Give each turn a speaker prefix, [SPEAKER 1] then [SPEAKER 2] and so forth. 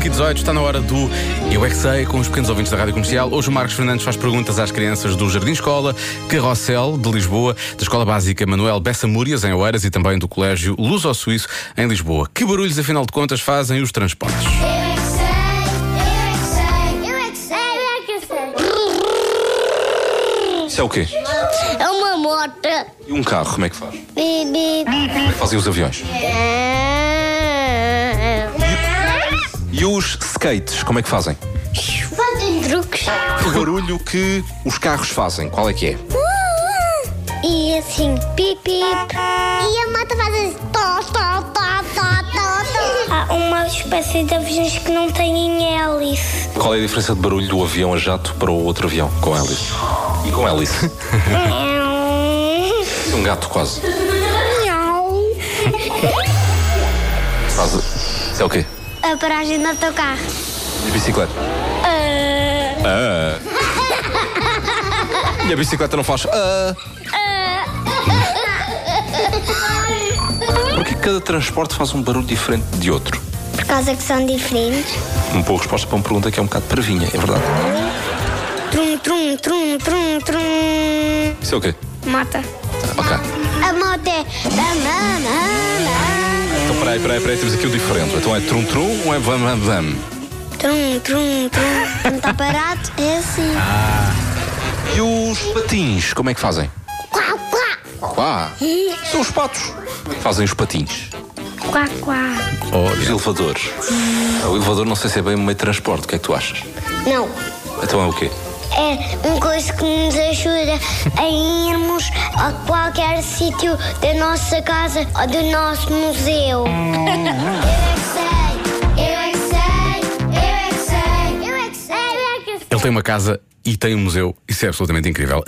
[SPEAKER 1] 18, está na hora do Eu é que sei, com os pequenos ouvintes da Rádio Comercial. Hoje o Marcos Fernandes faz perguntas às crianças do Jardim Escola, Carrossel, de Lisboa, da Escola Básica Manuel Bessa Múrias, em Oeiras, e também do Colégio Luz ao Suíço, em Lisboa. Que barulhos, afinal de contas, fazem os transportes?
[SPEAKER 2] Eu é que sei, eu é que sei, eu é que sei, eu é que
[SPEAKER 1] Isso é o quê?
[SPEAKER 2] sei. É uma moto.
[SPEAKER 1] E um carro, como é que faz? Como
[SPEAKER 2] Bibi.
[SPEAKER 1] é que fazem os aviões? E os skates, como é que fazem?
[SPEAKER 2] Fazem truques.
[SPEAKER 1] O barulho que os carros fazem, qual é que é?
[SPEAKER 2] E assim, pip, pip. E a moto faz assim. Tó, tó, tó, tó, tó, tó. Há uma espécie de aviões que não têm hélice.
[SPEAKER 3] Qual é a diferença de barulho do avião a jato para o outro avião com hélice? E com hélice? Tem um gato quase.
[SPEAKER 2] Hum, Não.
[SPEAKER 3] Quase. Isso é o quê?
[SPEAKER 2] A paragem do autocarro. Ah,
[SPEAKER 3] E a bicicleta? E a bicicleta não faz. Ah. Porquê cada transporte faz um barulho diferente de outro?
[SPEAKER 2] Por causa que são diferentes.
[SPEAKER 3] Uma boa resposta para uma pergunta que é um bocado previnha, é verdade.
[SPEAKER 2] Trum, trum, trum, trum, trum.
[SPEAKER 3] Isso é o quê?
[SPEAKER 2] Mata.
[SPEAKER 3] Ah, ok.
[SPEAKER 2] A moto é.
[SPEAKER 3] Então peraí, peraí, peraí, temos aqui o diferente. Então é trum-trum ou é vam-vam-vam?
[SPEAKER 2] Trum, trum, trum. Quando está parado, é assim.
[SPEAKER 3] E os patins, como é que fazem?
[SPEAKER 2] Quá, quá.
[SPEAKER 3] Quá! São os patos. Como é que fazem os patins?
[SPEAKER 2] Quá, quá.
[SPEAKER 1] Oh,
[SPEAKER 3] Os elevadores. O elevador não sei se é bem um meio de transporte, o que é que tu achas?
[SPEAKER 2] Não.
[SPEAKER 3] Então é o quê?
[SPEAKER 2] É uma coisa que nos ajuda a irmos a qualquer sítio da nossa casa ou do nosso museu. Uhum. Eu é que sei, eu é que sei, eu é que sei, eu é que sei.
[SPEAKER 1] Ele tem uma casa e tem um museu. Isso é absolutamente incrível.